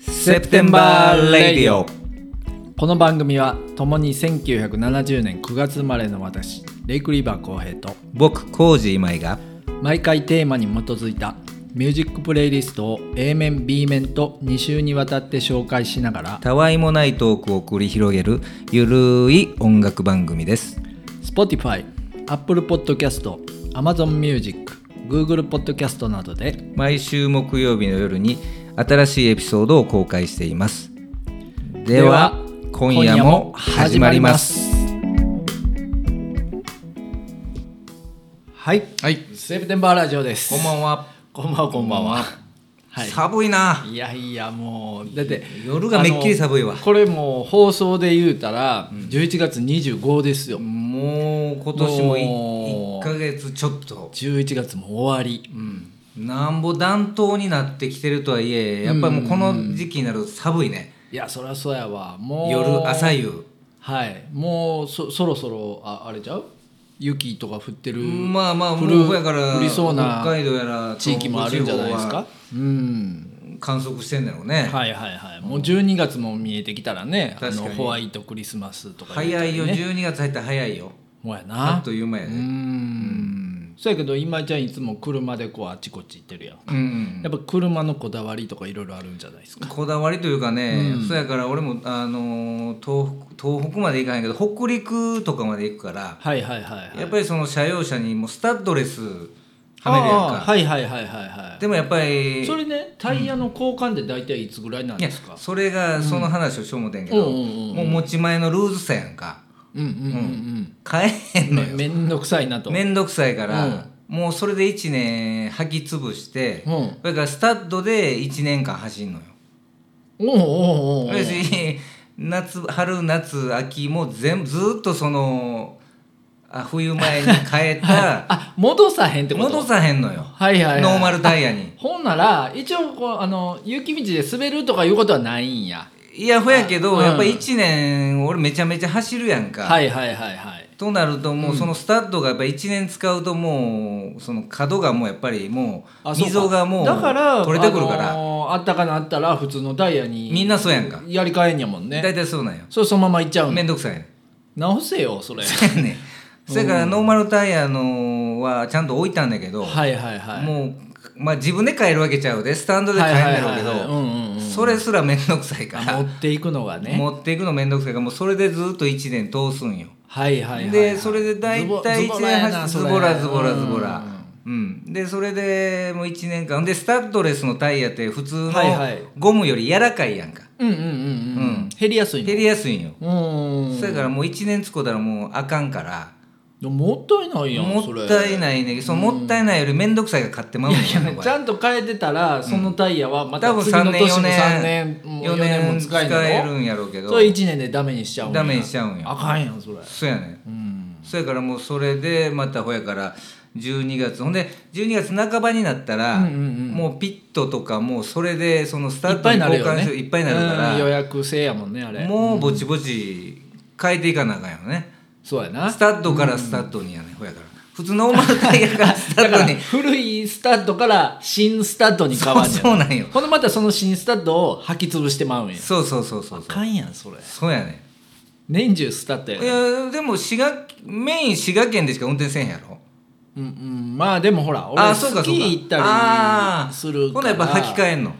セプテンバーレディオこの番組は共に1970年9月生まれの私レイク・リーバー浩平と僕コージ今井が毎回テーマに基づいたミュージックプレイリストを A 面 B 面と2週にわたって紹介しながらたわいもないトークを繰り広げるゆるい音楽番組です Spotify、Apple Podcast、Amazon Music、Google Podcast などで毎週木曜日の夜に新しいエピソードを公開していますではでは今夜も始まりますはい、はいセプテンバーラジオですこんばんはこんばんはこんばんははい寒いないやいやもうだって夜がめっきり寒いわあのこれもう放送で言うたら11月25ですよ、もう今年ももう1ヶ月ちょっと11月も終わり、なんぼ暖冬になってきてるとはいえやっぱりもうこの時期になると寒いねいやそりゃそうやわもう夜朝夕はいもうそそろそろああれちゃう雪とか降ってる、まあまあ降もるうやから降りそうな北海道やら地域もあるんじゃないですかう東ん北地方は観測してんだろうね、はいはいはいもう12月も見えてきたらねあ確かのにホワイトクリスマスとか言うた早らねいよ12月入ったら早いよもうやなあっという間やうねんそうやけど今ちゃんいつも車でこうあっちこっち行ってるやんうん、やっぱ車のこだわりとかいろいろあるんじゃないですかこだわりというかね、そうやから俺も、あのー東北東北まで行かへんけど北陸とかまで行くから、はいはいはいはいやっぱりその車用車にもうスタッドレスはめるやんあか、あはいはいはいはいはでもやっぱりいそれねタイヤの交換で大体いつぐらいなんいやですかそれがその話をしようもてんけど、うんうんうんうんもう持ち前のルーズさやんかうんうんうん買えへうんんのめよめんどくさいなとめんどくさいから、うんもうそれで1年履き潰して、うんそれからスタッドで1年間走んのよ。おうおうおうおう私夏春夏秋も全部ずーっとそのあ冬前に変えた あ戻さへんってこと戻さへんのよはいはいはいノーマルタイヤに。ほんなら一応こうあの雪道で滑るとかいうことはないんやいやほやけど、うんやっぱ1年俺めちゃめちゃ走るやんか。はいはいはいはいとなるともうそのスタッドがやっぱ1年使うともうその角がもうやっぱりもうあそうか溝がもうだから取れてくるからあのーあったかなったら普通のダイヤにみんなそうやんかやり替えんやもんね大体そうなんよそれそのままいっちゃうの面倒くさいね直せよそれんねそれからノーマルタイヤのはちゃんと置いたんだけどはいはいはいもうまあ自分で買えるわけちゃうでスタンドで買えるんだはいはいはいはいうんうんろうう んけどそれすら面倒くさいか持らっていくのがね持っていくの面倒くさいからもうそれでずっと1年通すんよ はいはいはいはいでそれで大体1年半ズボラズボラズボラうんうんでそれでもう1年間でスタッドレスのタイヤって普通のはいはいゴムより柔らかいやんかうんうんうんうんうん減りやすいの減りやすいんようんそれからもう1年使うたらもうあかんからでももったいないやんもそれったいないねそのもったいないより面倒くさいが買ってまうもんやちゃんと変えてたらそのタイヤはまた多分次の3年4年年も3年も4 4年年も使使ええるるんやろうけどそれ1年でダメにしちゃうんやダメにしちゃうんよあかんやんそれそうやねうんそやからもうそれでまたほやから12月ほんで12月半ばになったら、うんうんうんもうピットとかもうそれでそのスタいーっトぱいにになる交よ換ねするいっぱいになるうん予か約制やもんねあら、れもうぼちぼち変えていかなあかんよね、そうやなスタッドからスタッドにやね、ほやから普通ノーマルタイヤからスタッド に古いスタッドから新スタッドに変わんねんそうそうなんよほんでまたその新スタッドを履き潰してまうんやそうそうそうそうあそうかんやんそれそうやね年中スタッドやいなやでも滋賀メイン滋賀県でしか運転せんやろうんうんまあでもほらあ俺あそうスかキそうかー行ったありーするほかならやっぱ履き替えんの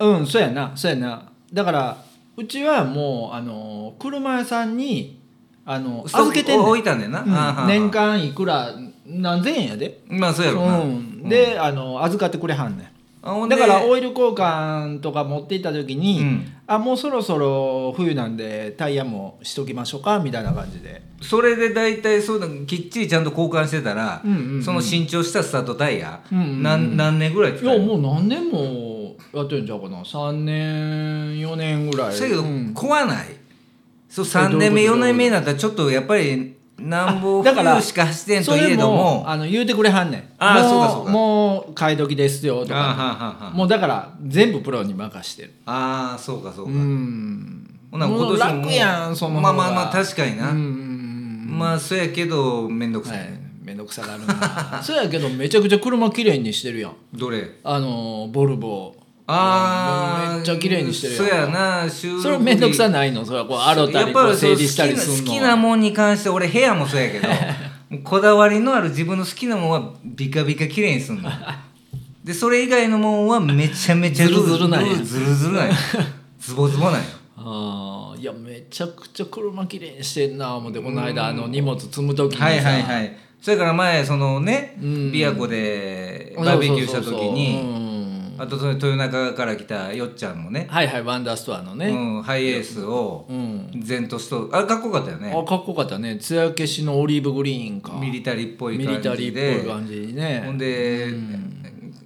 うんそうやなそうやなだからうちはもうあの車屋さんにあの預けてんねん置いたんだよな、うんあーはーはー年間いくら何千円やでまあそうやろな、うん、で、あの預かってくれはんねあほんんでだからオイル交換とか持っていった時に、うんあもうそろそろ冬なんでタイヤもしときましょうかみたいな感じでそれで大体そういうのきっちりちゃんと交換してたら、うんうんうんその新調したスタートタイヤ、うんうんうんなん何年ぐらいい使えやるもう何年もやってんちゃうかな3年4年ぐらいそやけど、うん壊ないそうえ3どういうこと年目どう4いうこと年目になったらちょっとやっぱりなんぼあだから冬しか走ってんといえどそれもあの言うてくれはんねんあーもそうかそうかもう買い時ですよとあーかはーはーはーもうだから全部プロに任してるあーそうかそううか、んほな今もう年ももう楽やんそのまあ方がまあまあ確かにな、うんうんうんまあそうやけど面倒くさい、はい、めんどくさ がるなそうやけどめちゃくちゃ車きれいにしてるやんどれあのボルボああめっちゃ綺麗にしてるそやんやな収録それ面倒くさいないのそれはこう洗ったりこう整理したりするの好きな好きなもんに関して俺部屋もそうやけどもうこだわりのある自分の好きなもんはビカビカ綺麗にす んのでそれ以外のもんはめちゃめちゃズルズルなんやルーズルズル なんやズボズボなんやあーいやめちゃくちゃ車綺麗にしてんな思ってこの間あの荷物積む時にさはいはいはいそれから前そのねうん琵琶湖でそうそうそうそうバーベキューした時にうんあとそれ豊中から来たよっちゃんもねはいはいワンダーストアのうねん、ハイエースをうん前としとあれかっこよかったよねあかっこよかったね艶消しのオリーブグリーンかミリタリーっぽいミリ感タリじーっでぽい感じにほんねで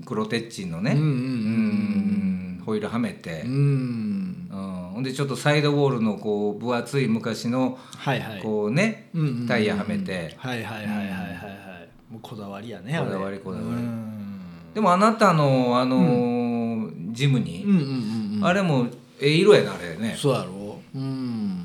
黒鉄チンのねうんうんううんんホイールはめてう、んうんほんでちょっとサイドウォールのこう分厚い昔のはいはいこうね、うんうんうんタイヤはめてはいはいはいはいはいはいもうこだわりやねこだわりこだわりうんでもあなたのあのージムに、うんうんうんうんあれもええ色やなあれねそうやろうん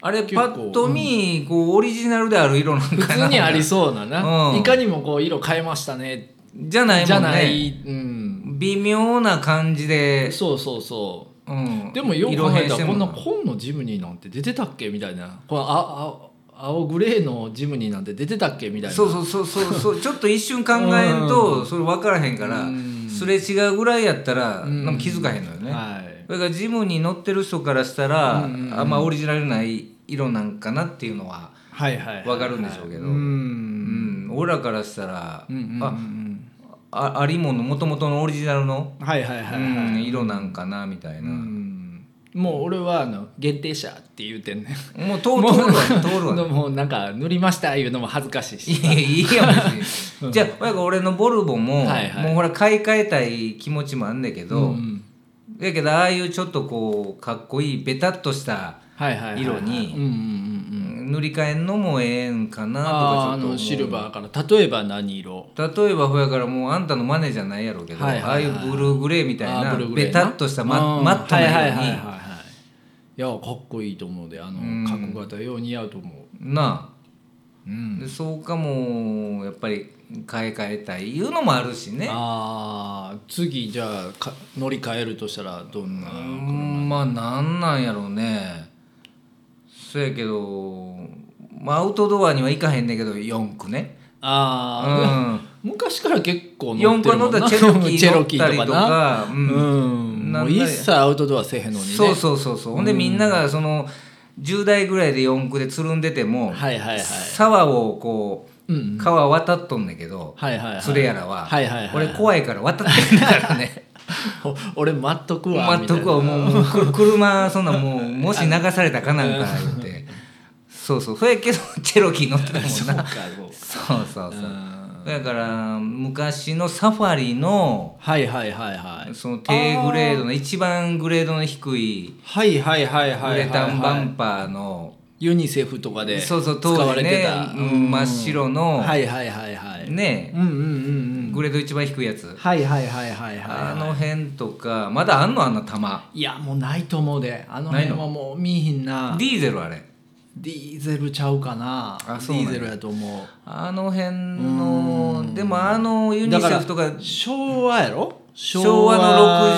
あれ結パ構ッと見こうオリジナルである色なん普か通なにありそうなな、うんいかにもこう色変えましたねじゃないもんねじゃない、うん、微妙な感じで、、そうそうそううんでもよく考え色変したらこんなても紺のジムニーなんて出てたっけみたいなこのああ青グレーのジムニーなんて出てたっけみたいなそうそうそうそうそうちょっと一瞬考えんとそれ分からへんからうんすれ違うぐらいやったらうんなんか気づかへんのよねだはいからジムに乗ってる人からしたらあうんうんうんんまオリジナルない色なんかなっていうのははいはいはいわかるんでしょうけどうんうん俺らからしたらうんうんうんうんあありものもともとのオリジナルのはいはいはいはい、うん色なんかなみたいなうんもう俺はあの限定車って言うてんねんもう通通るわ通るわもうなんか塗りましたいうのも恥ずかしいしいやいいやん別にじゃあ親子俺のボルボも、はいはいもうほら買い替えたい気持ちもあんだけど、んだけどああいうちょっとこうかっこいいベタっとしたはいはいはいはい色にうんうんうんうん塗り替えんのもええんかなとあーかちょあっと思のうシルバーから例えば何色例えばほやからもうあんたのマネじゃないやろうけど、はいはいはいああいうブルーグレーみたいあなーブルーグレーベタっとしたマ,、うんマットな色に、はいはいはいはいはいいやかっこいいと思うであのうん角型よう似合うと思なあう、うんでそうかもやっぱり買い替えたいいうのもあるしねああ次じゃあか乗り換えるとしたらどんなうーんまあなんなんやろうねそやけど、まあ、アウトドアには行かへんねんけど4区ねうああ、ん昔から結構乗っ4て区る乗もんっなたらチェロキ チェー乗ロっキたりーととかなかううんん、なんもかう一切アウトドアせえへんのにねそうそうそうそうほんでみんながその10代ぐらいで4区でつるんでても、はいはいはい沢をこうんううん川渡っとんねんけど、はいはいはいそれやらは,、はいはいはい俺怖いから渡ってんだからね お俺待っとくわ全くはもうもうく車そんなもうもし流されたかなんか言っ てそうそうそやけどチェロキー乗ってたもんなみそたいうな そうかそううそうんだから昔のサファリのはいはいはいはいその低グレードの一番グレードの低いはいはいはいはいウはいレタンはバいンパーのユニセフとかで使そうそう当われ時てねた、うん真っ白のはいはいはいはいねうんうんうんうんグレード一番低いやつはいはいはいはいはいあの辺とかまだあんのあんな玉いやもうないと思うであの辺ないはもう見えひんなディーゼルあれディーゼルちゃうかなあデそうなィんーやゼルやと思あの辺うのんでもあのユニセフとかう昭和やろ昭和の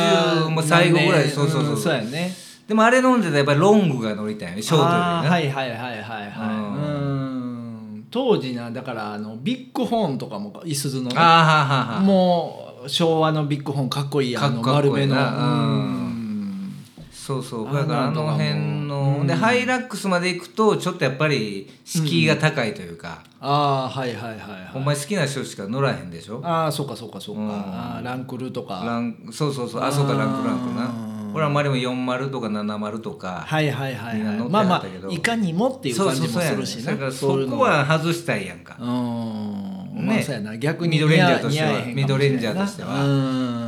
60も最後ぐらいそうそうそうんそうやねでもあれ飲んでたらやっぱりロングが乗りたいよねショートよりあーな、はいはいはいはいはいうん当時なだからあのビッグホーンとかもいすずのねあーはーはーはーもう昭和のビッグホーンかっこいいやんあのかっ丸こいめいのなうんそうそうあーだからあの辺の、うんでハイラックスまで行くとちょっとやっぱり敷居が高いというか、ああはいはいはいはいほんまに好きな人しか乗らへんでしょああそうかそうかそうかうんあーランクルとかランそうそうそうあそうかランクランクうな俺はあんまりも40とか70とか、はいはいはいはいみんな乗ってまあまはったけあどいかにもっていうそう感そうじそもうやすねるしなだからそそういうのこは外したいやんかうんねまあそうやな逆にミドレンジャーとしては似合えへんかもしれんなミドレンジャーとしてはう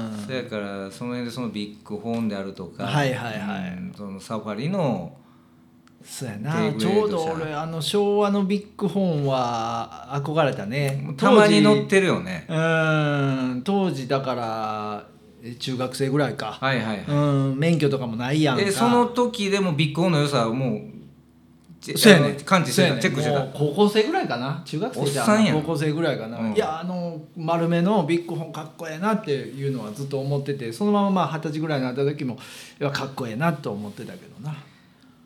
んだからその辺でそのビッグホーンであるとか、はいはいはいうんそのサファリのそうやな低グちレードょうど俺あの昭和のビッグホーンは憧れたねたまに乗っ当時てるよねうーん当時だからえ中学生ぐらいか、はいはいはい、うん免許とかもないやんかえその時でもビッグホーンの良さはもうチェそうやねあの感知してそうやたねチェックしてもうた高校生ぐらいかな中学生じゃおっさんやん高校生ぐらいかな、うんいやあの丸めのビッグホンかっこええなっていうのはずっと思っててそのまままあ二十歳ぐらいになった時もいやかっこええなと思ってたけどな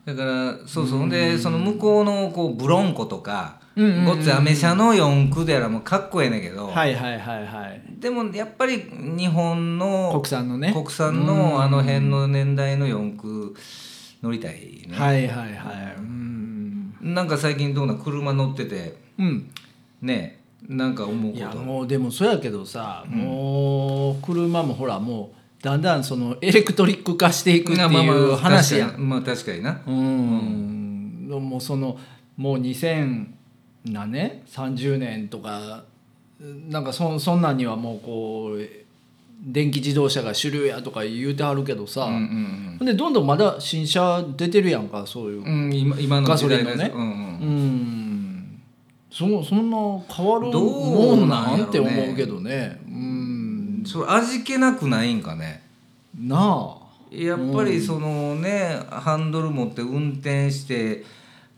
だからそうそうほんでその向こうのこうブロンコとかうんうんうんごっつアメ車の四駆でやらもうかっこええねんけど、はいはいはいはいでもやっぱり日本の国産のね国産うんのあの辺の年代の四駆乗りたいね、はいはいはいうんなんか最近どうなん車乗っててうんねなんか思ういこやともうでもそうやけどさ、もう車もほらもうだんだんそのエレクトリック化していくってまあまあいう話やん確かにまあ確かになうん、もうそのもう2000何年30年とかなんかそそんなんにはもうこう電気自動車が主流やとか言うてはるけどさ、うんうんほんでどんどんまだ新車出てるやんかそういう、ううんん、うん、今今の時代のやつガソリンのねうんうんそそんな変わるどもうんななんやんってろうね思うけどねうんそれ味気なくないんかねなあやっぱりそのね、ハンドル持って運転して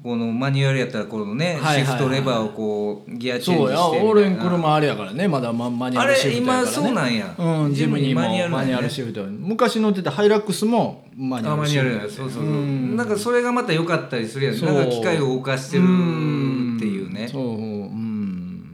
このマニュアルやったらこのね、はいはいはいシフトレバーをこうギアチェンジそうしてみたいなや俺ん車あれやからねまだママニュアルシフトやから、ね、あれ今そうなんやうんジムにもジムにママニニュアルなんやねュアルシフト昔乗ってたハイラックスもマニュあアマルニシュアフルトやそうそうそう、うんなんかそれがまた良かったりするやんそうなんか機械を動かしてるっていうねそううん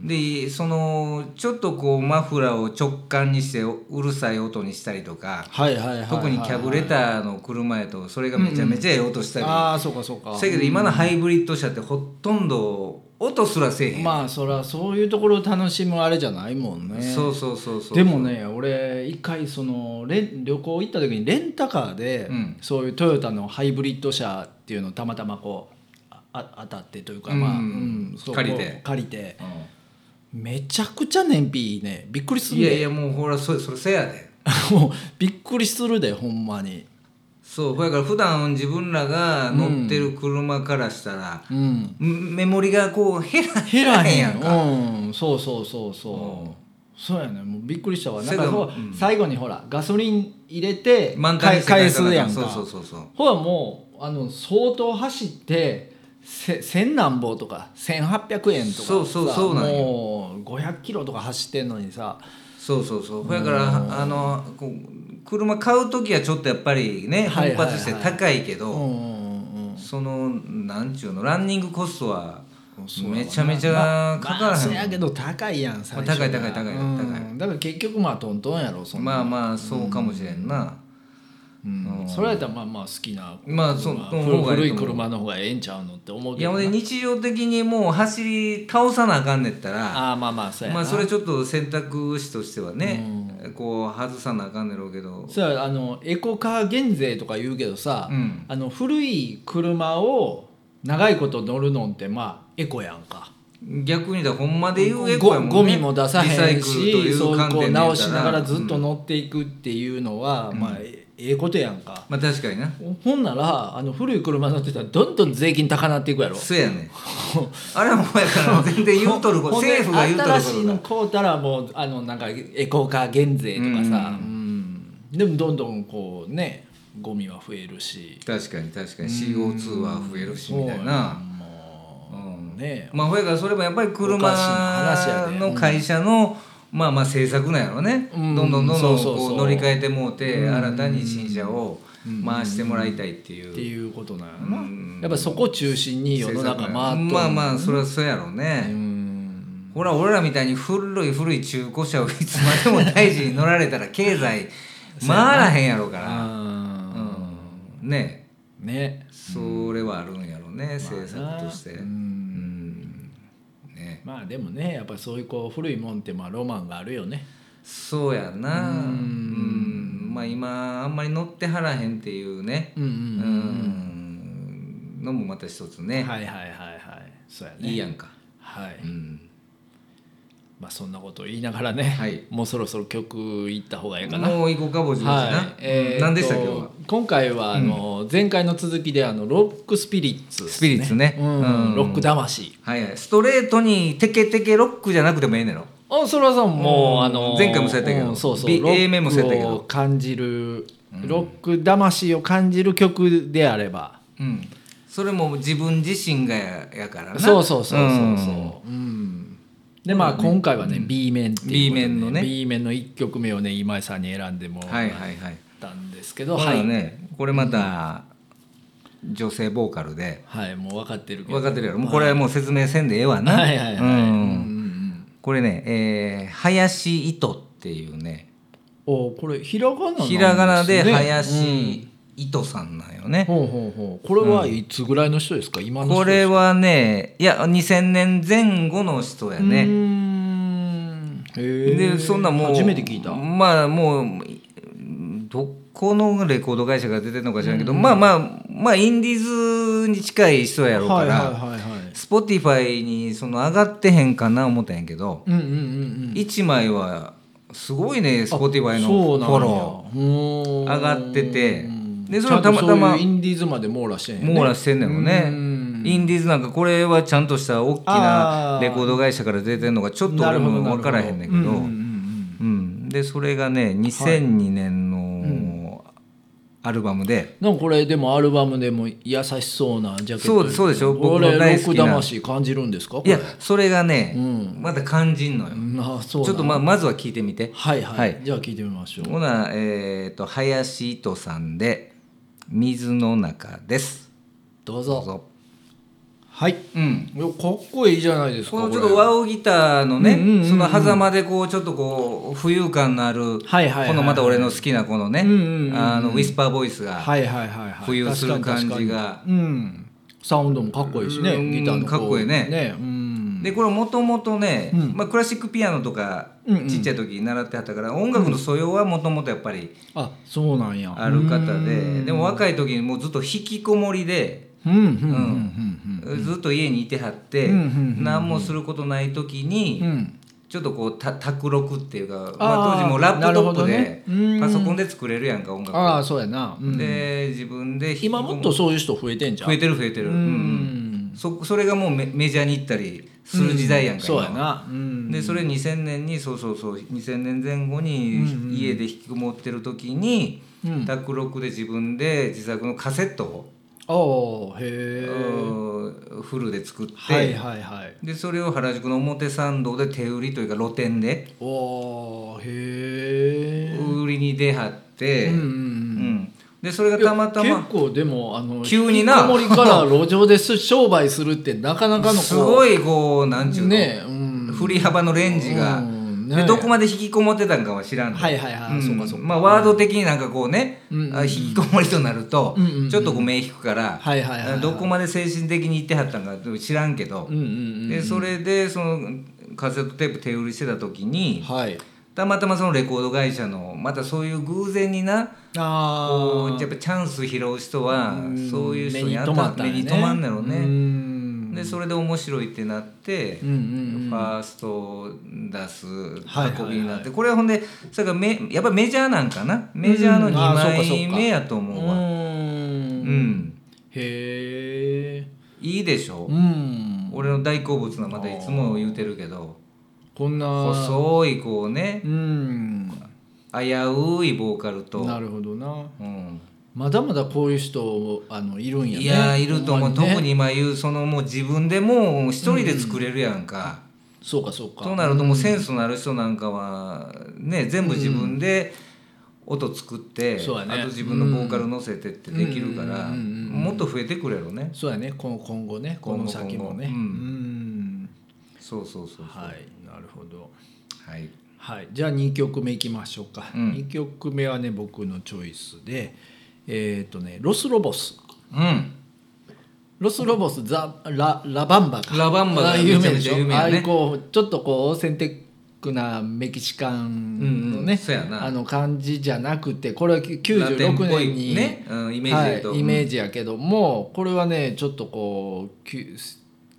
でそのちょっとこうマフラーを直感にしてうるさい音にしたりとかはいはいはいはいはい特にキャブレターの車やとそれがめちゃめちゃええ音したりああそうかそうかだけど今のハイブリッド車ってほとんど音すらせえへん、まあそらそういうところを楽しむあれじゃないもんねそうそうそうそうでもね俺一回そのレン旅行行った時にレンタカーで、うんそういうトヨタのハイブリッド車っていうのをたまたまこうああ当たってというか、うんまあ、うんそう借りて借りてうめちゃくちゃ燃費いいねびっくりすんるいでやいやもうほらそそれせやで もうびっくりするでほんまにそうほやから普段自分らが乗ってる車からしたら、うんメモリがこう減ら減らへんやんか、うんそうそうそうそう、うんそうやねもうびっくりしたわなんせやかけそどう、最後にほらガソリン入れて満タンにして返すやんかそうそうそうそうほらもうあの相当走ってせ千何本とか1800円とかそうそうさそうなんよもう500キロとか走ってんのにさそうそうそうほやからあのこう車買う時はちょっとやっぱりねはい奮はいはい発して高いけど、うんうんそのなんちゅうのランニングコストはうんそうやわなめちゃめちゃかまあからまへあんそやけど高いやん最初まあ高い高い高いうん高だから結局まあトントンやろそんなまあまあそうかもしれんな、うんうんそれやったらまあまあ好きなまあそう車その方がい古いとい思う車の方がええんちゃうのって思ういけやどほんなで日常的にもう走り倒さなあかんねったらああまあまあそうやなまあそれちょっと選択肢としてはね、こう外さなあかんねろうけどそうやあのエコカー減税とか言うけどさ、うんあの古い車を長いこと乗るのってまあエコやんか逆にだほんまで言うエコゴやもんねゴミも出さリサへイんクルといしそうう観点こでう言た直しながらずっとうん乗っていくっていうのは、まあえええことやんか、まあ確かになほんならあの古い車乗ってたらどんどん税金高なっていくやろそうやねあれはもうやから全然言うとることほんで政 府が言うとるこ新しいとのだ買うたらもうあのなんかエコカー減税とかさ、うんでもどんどんこうねゴミは増えるし確かに確かに CO2 は増えるしみたいなそうやんもうねまあほやからそれもやっぱりおかしな話や車での会社のまあまあ政策なんやろね、うんどんどんどんどんそうそうこそうう乗り換えてもうて新たに新車を回してもらいたいっていうっていうことなんやな、うんやっぱそこ中心に世の政策中な回んやっとるまあまあそれはそうやろうね、うんほら俺らみたいに古い古い中古車をいつまでも大事に乗られた ら経済回らへんやろうから、うん、ねねそれはあるんやろうね、政策として、ううんんねまあでもねやっぱそういうこう古いもんってまあロマンがあるよねそうやなうんまあ今あんまり乗ってはらへんっていうねうんうんううんんのもまた一つね、はいはいはいはいそうやねい、いやんか、はい、うん、まあそんなことを言いながらね、はいもうそろそろ曲いった方がいいかなもう行こうかぼちぼちな、はい、えーと何でした今日は今回はあの、前回の続きであのロックスピリッツです、スピリッツねうんうんロック魂はいはいストレートにテケテケロックじゃなくてもええねんろあそれはさもうう、んあの前回もそうやったけどんそうそう B- ロ A 面もそうやったけッどクを感じる、ロック魂を感じる曲であればうんそれも自分自身がややからなそうそうそうそうそう、んうんでまあ今回はね、B 面っていうことで B 面のね B 面の1曲目をね今井さんに選んでもはらいっはいはいたんですけど、まはだい、ねこれまた女性ボーカルではい、もう分かってるけど分かってるやろもうこれはもう説明せんでええわなはいはいはい、ううんうんうんんこれね、えー林糸っていうねおこれひらがななんですねひらがなでうん林糸さんなんよね、ほうほうほうこれはいつぐらいの人ですか、今の人これはねいや2000年前後の人やうーねんへえでそんなもう初めて聞いたまあもうどこのレコード会社が出てるのか知らんけど、まあまあまあインディーズに近い人やろうから、はいはいはいはいスポティファイにその上がってへんかな思ったんやけど、うんうんうんうん一枚はすごいねスポティファイのそうなんフやォロほう上がっててうんでそれをちゃんとたまたまそういうインディーズまで網羅してんーやね網羅してんねんよね、うんインディーズなんかこれはちゃんとした大きなあーレコード会社から出てんのがちょっとな俺るほども分からへんねんけどなるほうんうんうんうんでそれがね2002年のアルバムで、なんかこれでもアルバムでも優しそうなジャケットそうでそうでしょ僕このれロ大ッ好クきな魂感じるんですかこいれやそれがね、うんまだ肝心のよ、うんあそうちょっとまままずは聞いてみてはいはい、はいじゃあ聞いてみましょうほなえっ、と林糸さんで「水の中」ですどうどぞうぞはいうんいやかっこいいじゃないですかこのちょっれとワオギターのね、うんうんうんうんその狭間でこうちょっとこう浮遊感のある、はいはいはいこのまた俺の好きなこのね、うんうんうんあのウィスパーボイスが、はいはいはいはい浮遊する感じが確かに確かにうんサウンドもかっこいいしねうんギターのこうかっこいいねねうんでこれもともとね、うんまあ、クラシックピアノとかうんうんちっちゃい時に習ってはったから、音楽の素養はもともとやっぱりあそうなんやある方うでんでも若い時にもうずっと引きこもりで。うんうんうんうんずっと家にいてはって、うんうんうんうん何もすることない時に、うんうんちょっとこうた卓録っていうかまあーあ、当時もうラップトップなるで、ほどねうんパソコンで作れるやんか音楽ああそうやなうんで自分で引きこ今ももっとそういう人増えてんじゃん増えてる増えてる、ううんんそそれがもうメメジャーに行ったりする時代やんか、うそう今やなうんでそれ2000年にそうそうそう2000年前後うんうんに家で引きこもってる時に、うんあ卓録で自分で自作のカセットを、あへえうんフルで作って、はいはいはいでそれを原宿の表参道で手売りというか露店でおーへえ売りに出はって、うんうんううんんでそれがたまたま結構でもあの急にな引きこもりから路上です商売するってなかなかのすごいいこうなんちゅうの、ねうん振り幅のレンジが、うんねでどこまで引きこもってたんかは知らんのはいはいはいんそうかそうかまあワード的になんかこうね、うんうんうんあ引きこもりとなると、うんうんうんちょっとこう目引くから、はいはいはいはいどこまで精神的に行ってはったんか知らんけどうん、うんうんでそれでそのカセットテープ手売りしてた時にはいたまたまそのレコード会社のまたそういう偶然になこあうやっぱチャンス拾う人はーそういう人に目あにっ留またった目に留まんねやろね。ねでそれで面白いってなって、うんうんうんファーストを出すはいはいはい運びになって、これはほんでそれがめやっぱりメジャーなんかなメジャーのう2んあーそうかそうか枚目やと思うわ、うんんへえいいでしょ、うん俺の大好物なまたいつも言うてるけどこんな細いこうねうん危ういボーカルと、なるほどなうん、まだまだこういう人あのいるんやねいやーいると思う、ほんまね特に今言うそのもう自分でもう一人で作れるやんか、そうかそうかとなるともうセンスのある人なんかはね全部自分で音作って、そうやねあと自分のボーカル乗せてってできるから、うんうんうんうんもっと増えてくれろねそうやねこの今後ねこ今後の先もね今後うんんそうそうそうそうはいなるほどはいはいじゃあ2曲目いきましょうか、うん2曲目はね僕のチョイスでえっ、とね「ロスロボス」うんロスロボスザララバンバかラバンバがああ有名でしめちゃめちょゃ有名やああねいうこうちょっとこうオーセンティックなメキシカンのうんうねん、そうやなあの感じじゃなくてこれはラテンっ96ぽ年いにね、うんイメージで言うと、はい、イメージやけどもこれはねちょっとこうきゅ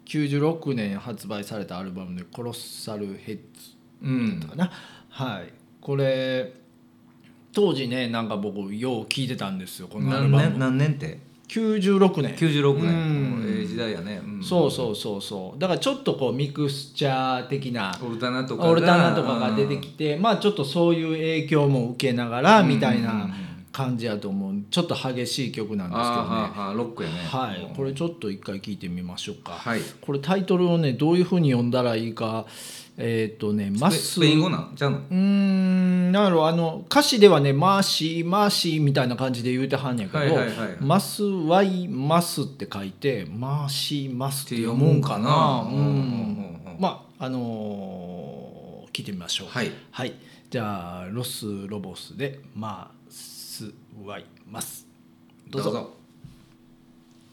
96年発売されたアルバムで「コロッサルヘッうんズ」かな、はいこれ当時ねなんか僕よう聴いてたんですよこのアル何バ年ム何年って96年96年うんええ時代やね、うんそうそうそうそうだからちょっとこうミクスチャー的なオルタナとかがオルタナとかが出てきてまあちょっとそういう影響も受けながらみたいな感じやと思うちょっと激しい曲なんですけどあねーはーはーロックやねはいこれちょっと一回聞いてみましょうか、はいこれタイトルをねどういうふうに読んだらいいかえーっ、とねまっスペすスペイン語なんじゃうのうーんなんやろあの歌詞ではね「マーシーマーシー」みたいな感じで言うてはんやけど「はいはいはいマスワイマス」って書いて「マーシーマス」って読むんかなっうて読むんかなうんんうんうんうんまああのー聞いてみましょうはいじゃあロス・ロボスで「マースワイマス」どうぞ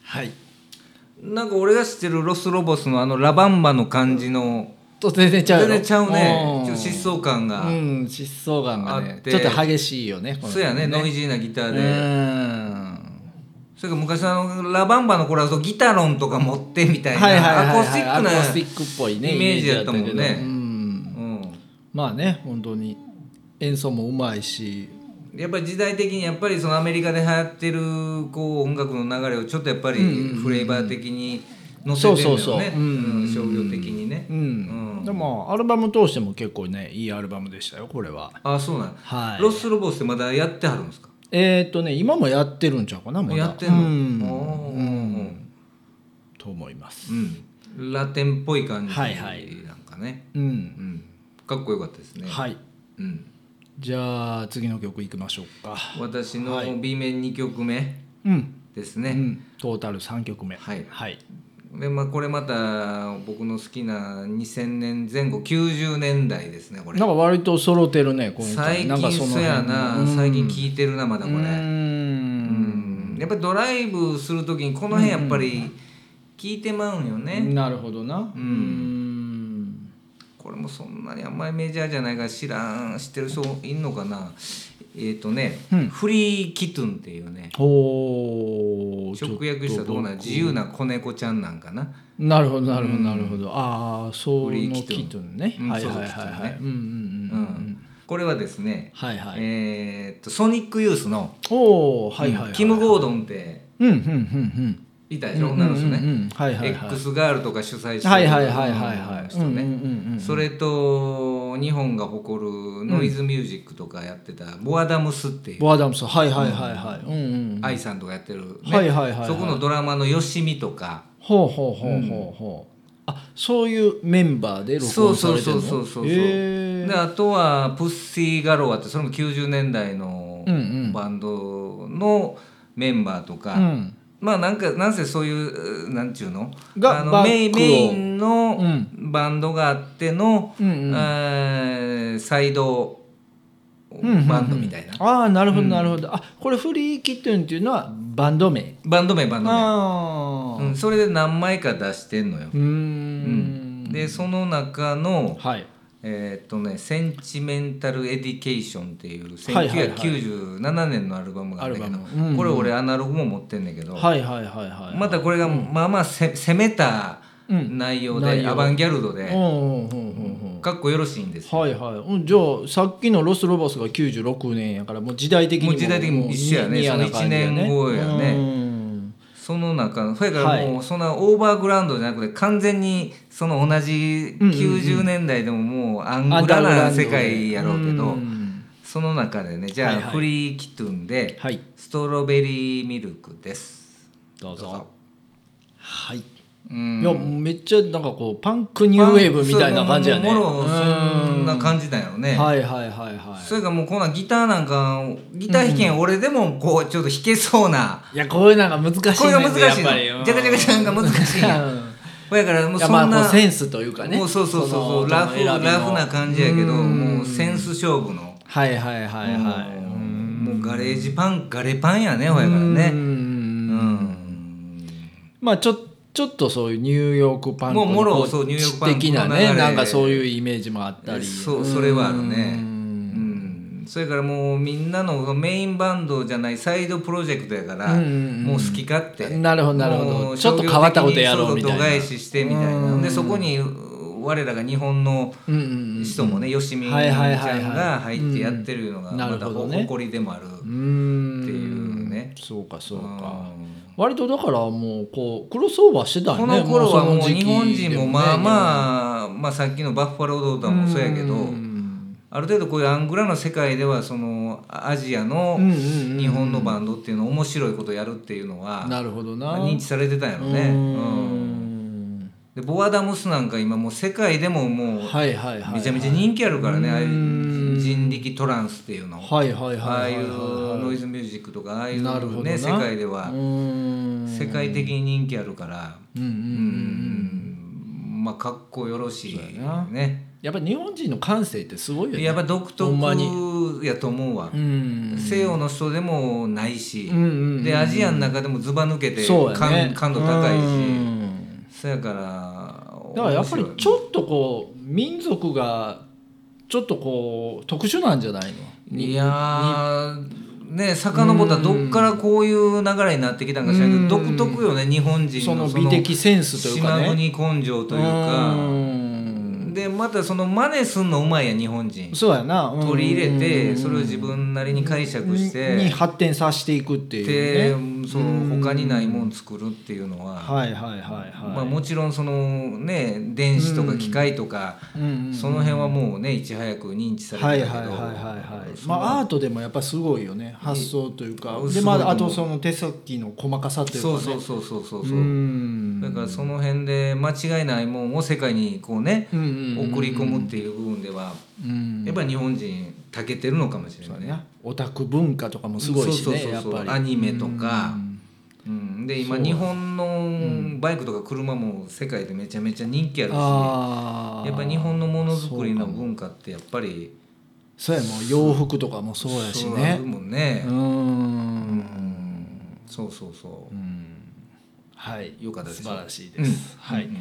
はいなんか俺が知ってるロスロボスのあのラバンバの感じのと全然ちゃう全よ然ちゃうねんちょっと疾走感が、うん疾走感があっねてちょっと激しいよねこのそうやねノイジーなギターうで、んそれから昔のあのラバンバの頃はそうギタロンとか持ってみたいな、アコースティックなアコースティックっぽいねイメージやったもんねイメージやったけどうんうまあね本当に演奏もうまいしん、やっぱり時代的にやっぱりそのアメリカで流行ってるこう音楽の流れをちょっとやっぱりフレーバー的に乗せてるそようそうそうねうんうん商業的にね、うん、うんでもアルバム通しても結構ねいいアルバムでしたよこれはあそうなん、はいロスロボスってまだやってはるんですかえーっとね今もやってるんちゃうかなまだやってんの、うんおーと思いますうん、ラテンっぽい感じはいはいなんかね、うん、うん、かっこよかったですね、はいうん、じゃあ次の曲いきましょうか私の B 面2曲目うん、ですうね、ん、トータル3曲目はいはい、でまあ、これまた僕の好きな2000年前後90年代ですねこれなんか割と揃ってるね今最回なんか近そのそやな、辺の最近聴いてるなまだこれ、うーんうんやっぱりドライブする時にこの辺やっぱり聴いてまうんよね、なるほどなうんこれもそんなにあんまりメジャーじゃないから知らん知ってる人いんのかなえっ、とね、うんフリーキトゥンっていうねおーちょ直訳したらどうなん自由な子猫ちゃんなんかな、なるほどなるほどなるほど、ああそうフリーのキトゥンキトゥンね、うんはいはいはいそうそうキトゥンはねいうんうんうんうんうんこれはですね、はいはい、えっ、とソニックユースのおおはいはい、はい、キム・ゴードンってうんうんうんいたうでんしょ、女の人ね、うんうんうんはいはいはい X ガールとか主催してるはいはいはいはいはい人ね、うんうんうんうんそれと日本が誇るノイズミュージックとかやってたボアダムスっていうボアダムスはいはいはいはいうんうんうん愛さんとかやってる、ねはいはいはいはいそこのドラマのよしみとかほうほうほうほうほう、あそういうメンバーで録そう音さそうれてるそうのそうそうそう、へでーあとはプッシー・ガロアってそれも90年代のうんうんバンドのメンバーとか、うんまあなんかなんせそういううなんちゅうのがあのバックメインメイをンのうんバンドがあっての、うんうんえーサイドバンドみたいな、ああなるほどなるほど、あこれフリーキトゥンっていうのはバンド名バンド名バンド名、あうあん、それで何枚か出してんのよう、ーんでその中のはいえーっとね「センチメンタル・エディケーション」っていうはいはいはい1997年のアルバムがあるんだけどアルバムうんうんこれ俺アナログも持ってんだけどはいはいはいはいまたこれがまあまあせ攻めた内容うん内で容アバンギャルドうんでうんうんうんかっこよろしいんですうんはいはい、うん、じゃあさっきの「ロス・ロボス」が96年やからもう時代的にもう時代的にも一緒やねニアな感じやねその一年後やねうんその中のそれからはいもうそんなオーバーグラウンドじゃなくて完全にその同じうんうんうん90年代でももうアングラな世界やろうけどんその中でねじゃあはいはいフリーキトゥンではい「ストロベリーミルク」です。どうぞどうぞはい、うんいやめっちゃなんかこうパンクニューウェーブみたいな感じやねそうもろそんなじ感じだよね、はいはいはいはいそれがもうこんなんギターなんかギター弾けん俺でもこうちょっと弾けそうな、いやこういうのが難しいねこれが難しいのやっぱりジャカジャカジャンが難しいんやうんほやからもういやそんまな、あこうセンスというかねもうそうそうそうのそう音ラのフ選びのラフな感じやけどうんもうセンス勝負の、はいはいはいはいもうもうガレージパンガレパンやねほやからねううんんまあちょちょっとそういうニューヨークパンクのもうもろこそうニューヨークパンクの的な流れねなんかそういうイメージもあったりそうそれはあるねうんうんそれからもうみんなのメインバンドじゃないサイドプロジェクトやから、うんうんうんもう好き勝手なるほどなるほどもうちょっと変わったことやろうみたい商な業的にそう度外視してみたいな、うんでそこに我らが日本のうんうん人もね、よしみちゃはいはいはいはいんが入ってやってるのがうんまなたるほどね誇りでもある、うんっていうねそうかそうかうん割とだからもうこうクロスオーバーしてたねこの頃はもうその時日期本人もまああまあ、まあさっきのバッファロードーターもそうやけど、うんある程度こういうアングラの世界ではそのアジアのうんうんうん日本のバンドっていうの面白いことやるっていうのはなるほどな認知されてたんやろね。うーうんんでボアダムスなんか今もう世界でももうはいはいはいめちゃめちゃ人気あるからね、うーんああいう人力トランスっていうの、はいはいはいはいはいああいうノイズミュージックとかああいうなるほどなね世界ではうーん世界的に人気あるからうんうんうんううんんまあかっこよろしいそうやなねやっぱり日本人の感性ってすごいよねやっぱ独ほんまに特やと思うわうん西洋の人でもないしうんうんうんでアジアの中でもずば抜けてそうやね感感度高いうしんそやからだからやっぱり面白いちょっとこう民族がちょっとこう特殊なんじゃないのいやーね遡ったらどっからこういう流れになってきたんか知らんけどう独ん特よね日本人そののそ美の的センスというか島ね国根性というかうんでまたその真似すんのうまいやん日本人そうやなうん取り入れてそれを自分なりに解釈しににて発展させていくっていでうねその他にないもん作るっていうのははいはいはいはい、まあもちろんそのね電子とか機械とかうんうんその辺はもうねいち早く認知さはれいてはいはたいけどはいはいまあアートでもやっぱすごいよね発想というかうんですごまいとあ思うあとその手先の細かさというか、そね、うそうそうそうそううそうんだからその辺で間違いないもんを世界にこうねうんうんうん送り込むっていう部分ではうんやっぱり日本人たけてるのかもしれないね。オタク文化とかもすごいしそうねそうやそっうそうぱアりニメとかうんうん、で今そう日本のバイクとか車も世界でめちゃめちゃ人気あるしやあーっぱ日本のものづくりの文化ってやっぱりそうやもう洋服とかもそうやしあねるもんうねー、んうんそうそうそう、はいよかったで素す晴らしいです、はい、うんうんうん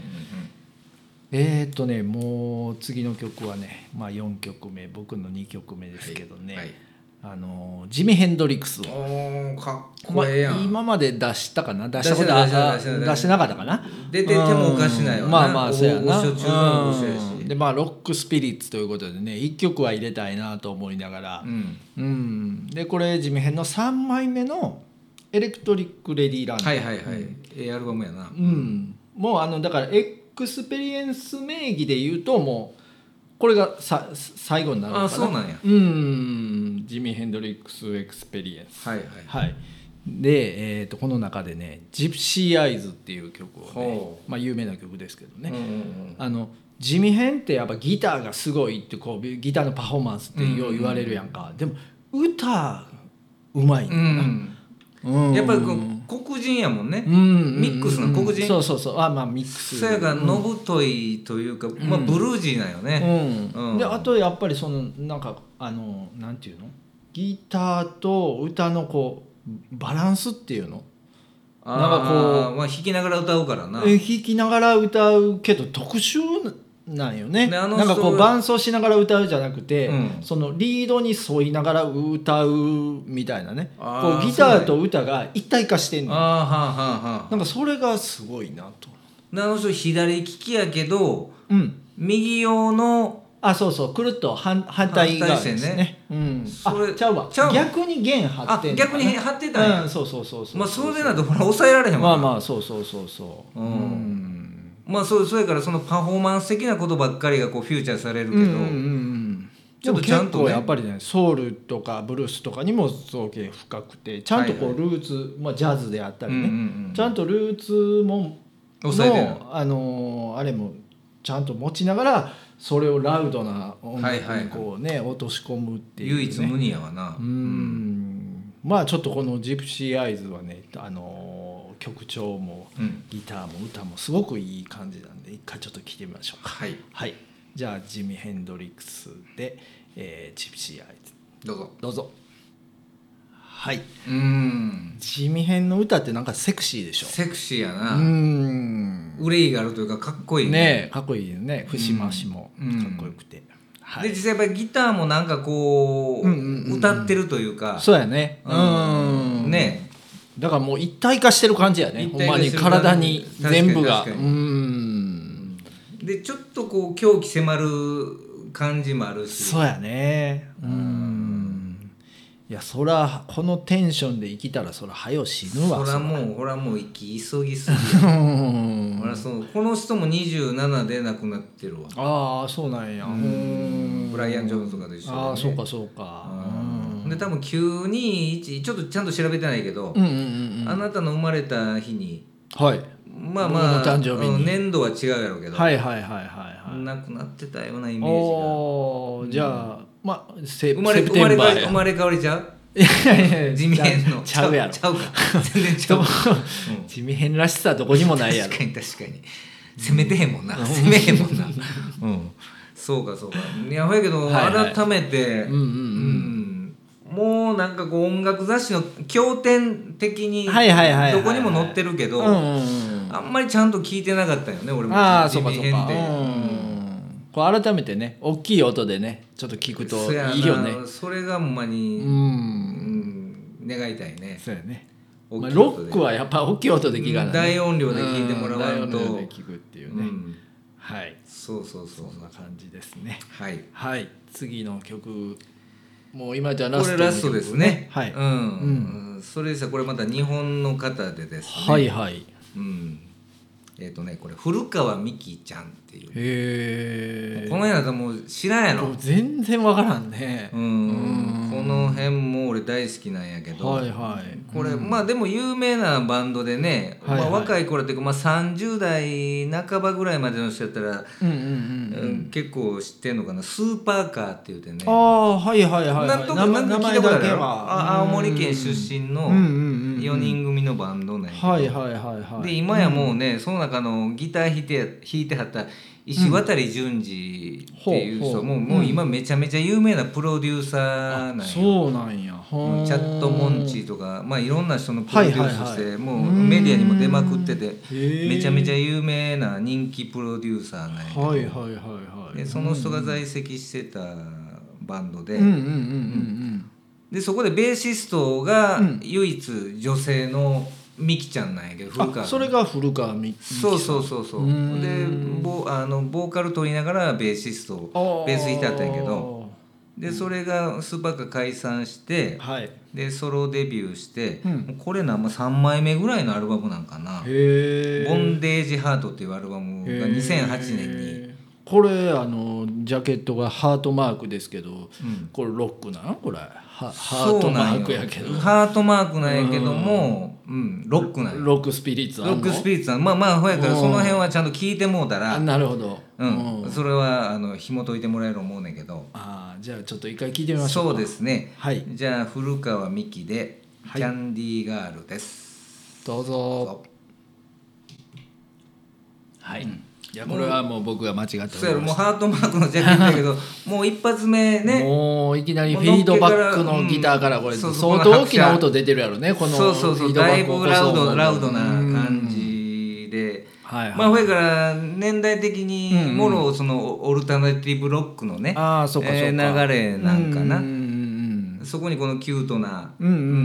えー、っとねもう次の曲はね、まあ、4曲目僕の2曲目ですけどね、はいあのジミ・ヘンドリックスを、おーかっまこあええやん、今まで出したかな出した出しこてとなあい出してない出して出ないしてなかったかな出ててもおかしないわなうんまあまあそうやな大御所中の大御所やしうんでまあロックスピリッツということでね1曲は入れたいなと思いながらう、ん、うんでこれジミヘンの3枚目の「エレクトリック・レディー・ランド」はいはいはい、ええアルバムやなうん、もうあのだからエクスペリエンス名義で言うともうこれがさ最後になるのかなあそうなんやうんジミー・ヘンドリックス・エクスペリエンスはいはいはいで、えー、とこの中でね「ジプシー・アイズ」っていう曲をねほ、まあ、有名な曲ですけどね、うんうんあの地味編ってやっぱギターがすごいってこうギターのパフォーマンスってよう言われるやんか、でも歌うまいうん、うね、んうんやっぱりこう黒人やもんね、うんうんうんミックスな黒人そうそうそうあまあミックスそやがのぶといというか、まあ、ブルージーなんよね、うんうんであとやっぱりそのなんかあのなんていうのギターと歌のこうバランスっていうのあなんかかこう、まあ、弾きながら歌うからなえ弾きながら歌うけど特殊なんよねねあのなんかこそうう伴奏しながら歌うじゃなくて、うんそのリードに沿いながら歌うみたいなねあこーうギターと歌が一体化してんあのあはあはあはあなんかそれがすごいなと。なあの人左利きやけどうん右用のあそうそうくるっと反反対側ですね反対線ねうん、それあちゃうわちゃうわ逆に弦張っあてんのか逆なに張ってたんや、うん、そうそうそうそうまあそうでないとほら抑えられへんまわあな、まあそうそうそうそう、うんうんまあそうそうやからそのパフォーマンス的なことばっかりがこうフューチャーされるけど、うんうんうんでちょっともちゃ結んとね構やっぱりねソウルとかブルースとかにも造形深くてちゃんとこうはいルーツ、まあ、ジャズであったりね、うんうんうんちゃんとルーツも抑えてるの、あのーあれもちゃんと持ちながらそれをラウドな音楽はいはいはにいこうね、落とし込むっていう、ね、唯一無二やわな、うんまあちょっとこの「ジプシー・アイズ」はね、あのー曲調もうんギターも歌もすごくいい感じなんで一回ちょっと聴いてみましょうかはいはいじゃあジミ・ヘンドリックスで「えージプシー・アイズどうぞ」どうぞはいうんジミヘンの歌ってなんかセクシーでしょセクシーやうな、ん憂いがあるというかかっこいいねえかっこいいよね節回しもうんかっこよくて、はでい実際やっぱりギターもなんかこう,、うんうんうんうん歌ってるというかそうやねうんうんねだからもう一体化してる感じやね一ほん体ま化にしてる感じ体に全部がう確かに確かーにんでちょっとこう狂気迫る感じもあるしそうやねうーんいやそらこのテンションで生きたらそらはよ死ぬわほらそらもうほらもう生き急ぎすぎうーんほらそうこの人も27で亡くなってるわああそうなんやうーんブライアン・ジョーンズとかと一緒で、ね、ああそうかそうかうんで多分921ちょっとちゃんと調べてないけど、うんうんうんうんあなたの生まれた日にはいまあまあ僕の誕生日にうん年度は違うやろうけど、はいはいはいはいはいなくなってたようなイメーおーじゃあまあセジが生まれセプ生まテれンバー変わ生まれ変わりちゃういやいやいや地味変のちゃうやろちゃうか全然 ちゃううん地味変らしさどこにもないやろ確かに確かに攻めてへんもんな攻めへんもんなうんそうかそうかいやほやけどはいはい改めてうんうんううんもうなんかこう音楽雑誌の経典的にどはいはいはいはいこにも載ってるけうどんうんうんあんまりちゃんと聞いてなかったよね俺もああそうかそう地味変かってうんこれ改めてね大きい音でねちょっと聞くとそやないいよねそれがほんまうにうんん願いたいねそうやね大まあきいロ音ッでクはやっぱ大きい音で聞かない大音量で聞いてもらわんとうん大音量で聞くっていううねんはいそうそうそうそんな感じですねはいはい次の曲もう今じゃラこストれのラスト曲ですね。はいうん。うんそれでさ、これまた日本の方でですね。はいはいうん。えっ、とね、これ古川美希ちゃんっていう。へえこの辺はもう知らんやろ。全然わからんねうん。この辺も俺大好きなんやけど。はいはいこれ、まあでも有名なバンドでね、はいはいまあ、若い頃っていうか、まあ、30代半ばぐらいまでの人やったら、うんうんうんうん結構知ってんのかなスーパーカーって言うてねああはいはいはいはいなんとか名前なんか聞いたことあ名前だるけやろはあ青森県出身のうんうんうんうん4人組のバンドね、はいはいはいはいで今やもうね、その中のギター弾いて弾いてはった石渡淳二っていう人、うんもうほうほうもう今めちゃめちゃ有名なプロデューサーなんよそうなんやもはうあチャットモンチーとか、まあ、いろんな人のプロはデいュはいースはいして、もうメディアにも出まくってうてーんへーめちゃめちゃ有名な人気プロデューサーなんやけど、はいはいはいはいでその人が在籍してたバンドで。うんうんうんうんでそこでベーシストがうん唯一女性のミキちゃんなんやけど、う古んあ川それが古川みそうそうそうそううーんでボあのボーカル取りながらベーシストをベース弾いてあったんやけどでそれがスーパーカー解散してはいへでソロデビューして、うんもうこれな、まあ、3枚目ぐらいのアルバムなんかな「えボンデージ・ハート」っていうアルバムが2008年に、にこれあのジャケットがハートマークですけどうん、これロックなのこれはハーそトうマなんよークやけどハートマークなんやけども、うん、ロックなんよロックスピリッツあんロのックスピリッツはまあまあほやからうんその辺はちゃんと聞いてもうたあら、なるほどうんうんそれはあの紐解いてもらえる思うねんけどあーじゃあちょっと一回聞いてみましょうそうですねはいじゃあ古川美希で「はいキャンディーガール」です、どうぞはいいやこれはもう僕が間違っておりますそうやろもうハートマークのジャケットやけどもう一発目ねもういきなりフィードバックのギターからこれうんそ相うそう当大きな音出てるやろねこのそうそうそフィうードバだいックをぶ起こすラウ音ドラウドなうん感じで。はいはい、まあ、ほやから年代的うんにうんもろそのオルタナティブロックのね、ああそうかそうか、えー流れなんかなうんうんそこにこのキュートなうんうんうんうんう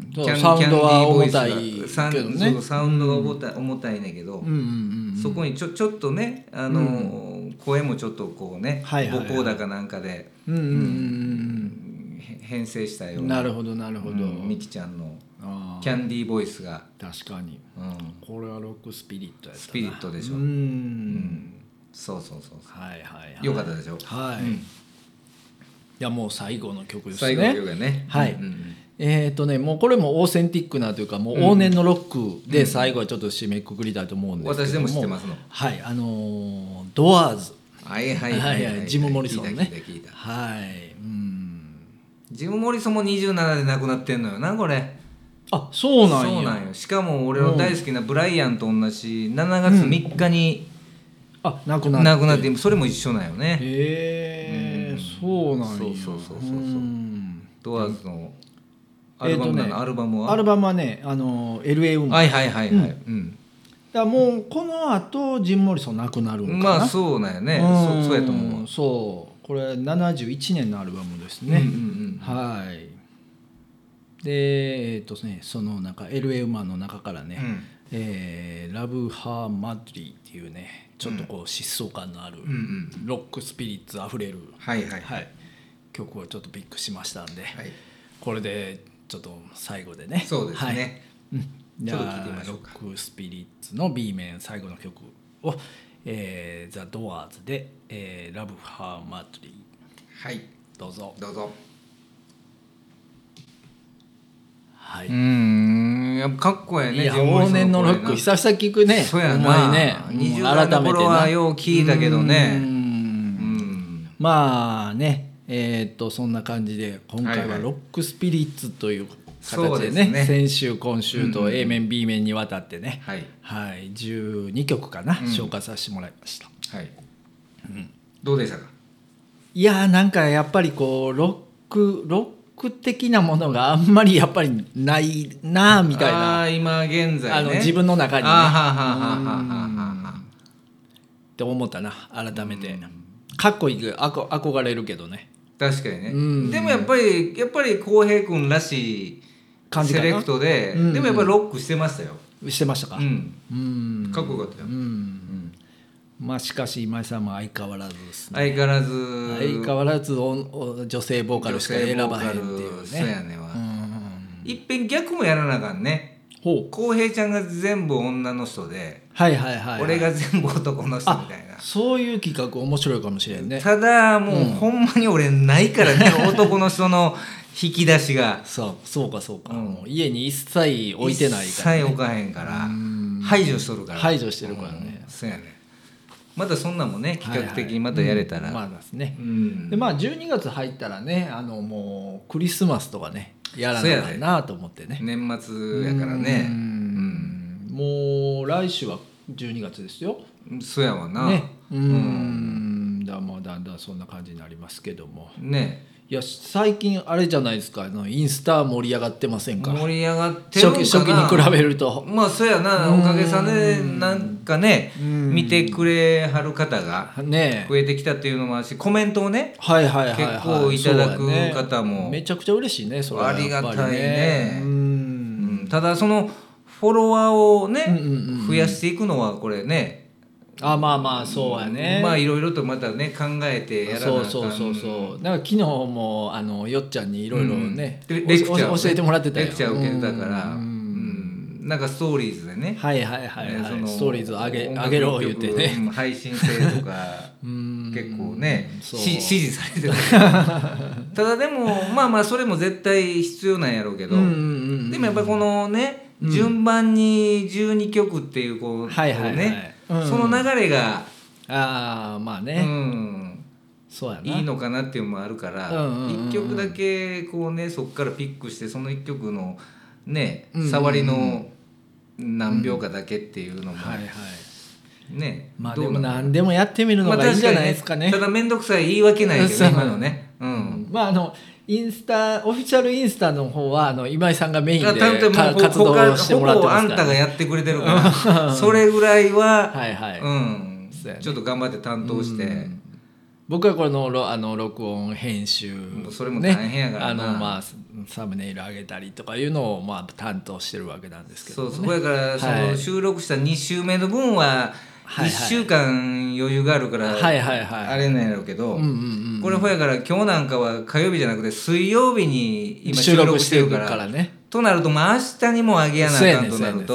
んそうサウンドは重たいボイスがサウンけどねそうサウンドが重た,、い重たいねんけど、うんうんうんそこにちょちょっとねあの、声もちょっとこうね、はいはいはい母校だかなんかでうんうんうんへ編成したよううんななるほどなるほど、うんみきちゃんのあキャンディーボイスが、あ確かにうん、これはロックスピリットやったなスピリットでしょうん、そうそうそうそはいはい、はうい、よかったでしょ、はい、うんいやもう最後の曲ですね最後の曲がねはいうんうんえーとね、もうこれもオーセンティックなというかもう往年のロックで最後はちょっと締めくくりたいと思うんですけ私どでも、も知ってますのはいあのードアーズはいはいはいはいジム・モリソ聞いンねた聞いた聞いたはいうんジム・モリソンも27で亡くなってんのよなこれあそうなんやそうなんよしかも俺の大好きなブライアンと同じ7月3日にあなくなって亡くなって、それも一緒なんよねへえうんそうなんやそうそうそうそうそうんドアーズのアえルーバとムねなの、アルバムはアルバムはねあのー LA ウーマンはいはいはいはい、うんだからもうこの後ジム・モリソンなくなるんかなまあそうなんよねんそうそうやと思うわそうこれ71年のアルバムですうんね、うんはいでえっ、とねその中 LA 馬の中からうんね、えーラブ・ハー・マドリーっていうねちょっとこう疾走感のある、うんうんうんロックスピリッツあふれる、はいはいはい、曲をちょっとビックしましたんで、はいこれでちょっと最後でねそうですはいね、うんじちょっと聞いゃてみまあしょロうかックスピリッツの B 面最後の曲を、えー、ザ・ドアーズで、えー、ラブ・ハー・マトリーはいどうぞどうぞ、はいうんやっぱかっこええねいやジムボリ往ス年のロッ声クな久々聞くねそうやなお前ね20うん代の頃はよう聞いたけどねうんうんまあねえーっとそんな感じで今回はいははいロックスピリッツというそ形うでですねね先週今週うんとうん A 面 B 面にわたってね、はいはい、12曲かな、うん紹介させてもらいましたはい、どうでしたかいやーなんかやっぱりこうロックロック的なものがあんまりやっぱりないなあみたいなあー今現在ねあの自分の中にねあーはーはーはーはーはーはーって思ったな改めて、かっこいいけどあこ憧れるけどね確かにね、うんでもやっぱりやっぱり浩平君らしい感じかセなレクトで、うんでもやっぱりロックしてましたよ、してましたかうん、うんかっこよかったよ、うんまあしかし今井さんも相変わらずですね相変わらず相変わらずおお女性ボーカルしか選ばへんっていうそうやねねんわ、うんいっぺん逆もやらなあかんねほう浩平ちゃんが全部女の人で、はいはいはい俺が全部男の人みたいなあそういう企画面白いかもしれんねただもう、ほんまに俺ないからね男の人の引き出しがそうそうかそうか、うんもう家に一切置いてないから、一切置かへんからうん排除しとるから排除してるからねうんそうやねまたそんなんもね企画的にまたはいやはいれたら、うんまあですねう、んでまあ12月入ったらねあのもうクリスマスとかねやらそうなやあでかんなと思ってね年末やからねううんんもう来週は12月ですよそうやわなねううんだもうだんだんそんな感じになりますけどもねいや最近あれじゃないですかあのインスタ盛り上がってませんか盛り上がってるん初か期な初期に比べるとまあそうやなうんおかげさんでなんかねうん見てくれはる方がね増えてきたっていうのもあるしコメントをねはいはいはい、はい、結構いただくそうやね方もめちゃくちゃ嬉しいねそれはやっぱりありがたいねううんんただそのフォロワーをねうんうんうんうん増やしていくのはこれねあまあまあそうやね、まあいろいろとまたね考えてやらなあそかうんそうそうそうなんか昨日もあのよっちゃんにいろいろね、うんおレクチャーをね教えてもらってたよレクチャーを受けてたから、うんうんなんかストーリーズでね、はいはいはい、ねはそい、のストーリーズ上げ音楽上げろ言って曲ねうん配信制とか うん結構ねそしう支持されてた ただでもまあまあそれも絶対必要なんやろうけど、うんうんうんでもやっぱりこのね、うん順番に12曲っていうこう、はいはいはいね、うんその流れが、ああまあうね、ん、そうやないいのかなっていうのもあるから、一うんうんうんうん1曲だけこうねそこからピックしてその1曲のね、うんうんうん触りの何秒かだけっていうのも、はいはいねまあどでうもなの何でもやってみるのまあがいいんじゃないで確すかかにね,、ただ面倒くさい言い訳ないけどそうね今のねううんんまああのインスタオフィシャルインスタの方はあの今井さんがメインだでから多分もかう活ほか動してもらっほてぼあますんかたら、がやってくれてるからそれぐらいは、はいはい、うんそうやねちょっと頑張って担当して、うん僕はこのろあの録音編集もうそれも大変やからねなあのまあサムネイル上げたりとかいうのをまあ担当してるわけなんですけどそもうねそこやからそはのい収録した2週目の分ははいはい1週間余裕があるからはいはいはいあれなんやろうけどうんうんうんこれほやから今日なんかは火曜日じゃなくて水曜日に今収収録録ししててるるかかららねとなるともう明日にも上げやなそうあやかねんとそうなやねると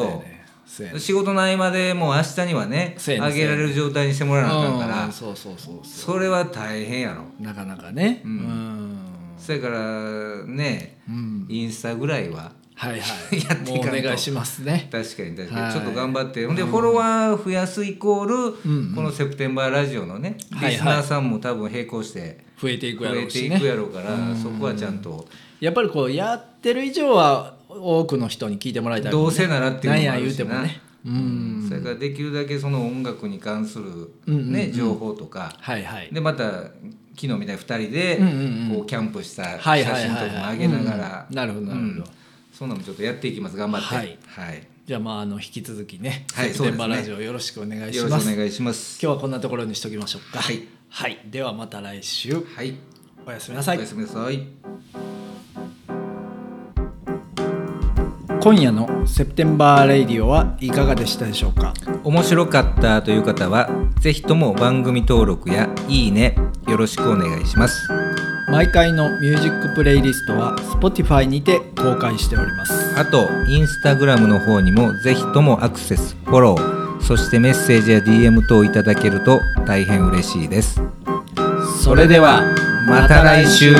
そうやね仕事の合間でもう明日にはねそうやね上げられる状態にしてもらわなあかんかうんらそうそうそうそそれは大変やろうなかなかねうんんそやからねうんインスタぐらいははい はやっていいかんともうお願いしますね確かに確かに、はいちょっと頑張ってほんでフォロワー増やすイコール、んうんこの「セプテンバーラジオ」のね、はいはいリスナーさんも多分並行して増えていく増やろえうてしいねくやろうからそこはちゃんとやっぱりこうやってる以上は多くの人に聞いてもらいたいもんねどうせならっていうのもあなんや言るうしてもなねうそれからできるだけその音楽に関する、ねうんうんうん情報とかはいはいでまた昨日みたいに2人でうんうんうんこうキャンプした写はいはいはい真はいとかも上げながらうんなるほどなるほどそんなのもちょっとやっていきます頑張ってはいはじゃあまああの引き続きね、はいセプテンバーそうラですジねオよろしくお願いい、しよろましす。くお今願いします日はこんなところにしときましょうか。はい、はい、ではまた来週はい、おやすみなさいおや。すみなさい今夜のセプテンバーレイディオはいかがでしたでしょうか。面白かったという方はぜひとも番組登録やいいねよろしくお願いします毎回のミュージックプレイリストは Spotify にて公開しております。あとインスタグラムの方にもぜひともアクセスフォローそしてメッセージや DM 等いただけると大変嬉しいですそれではまた来週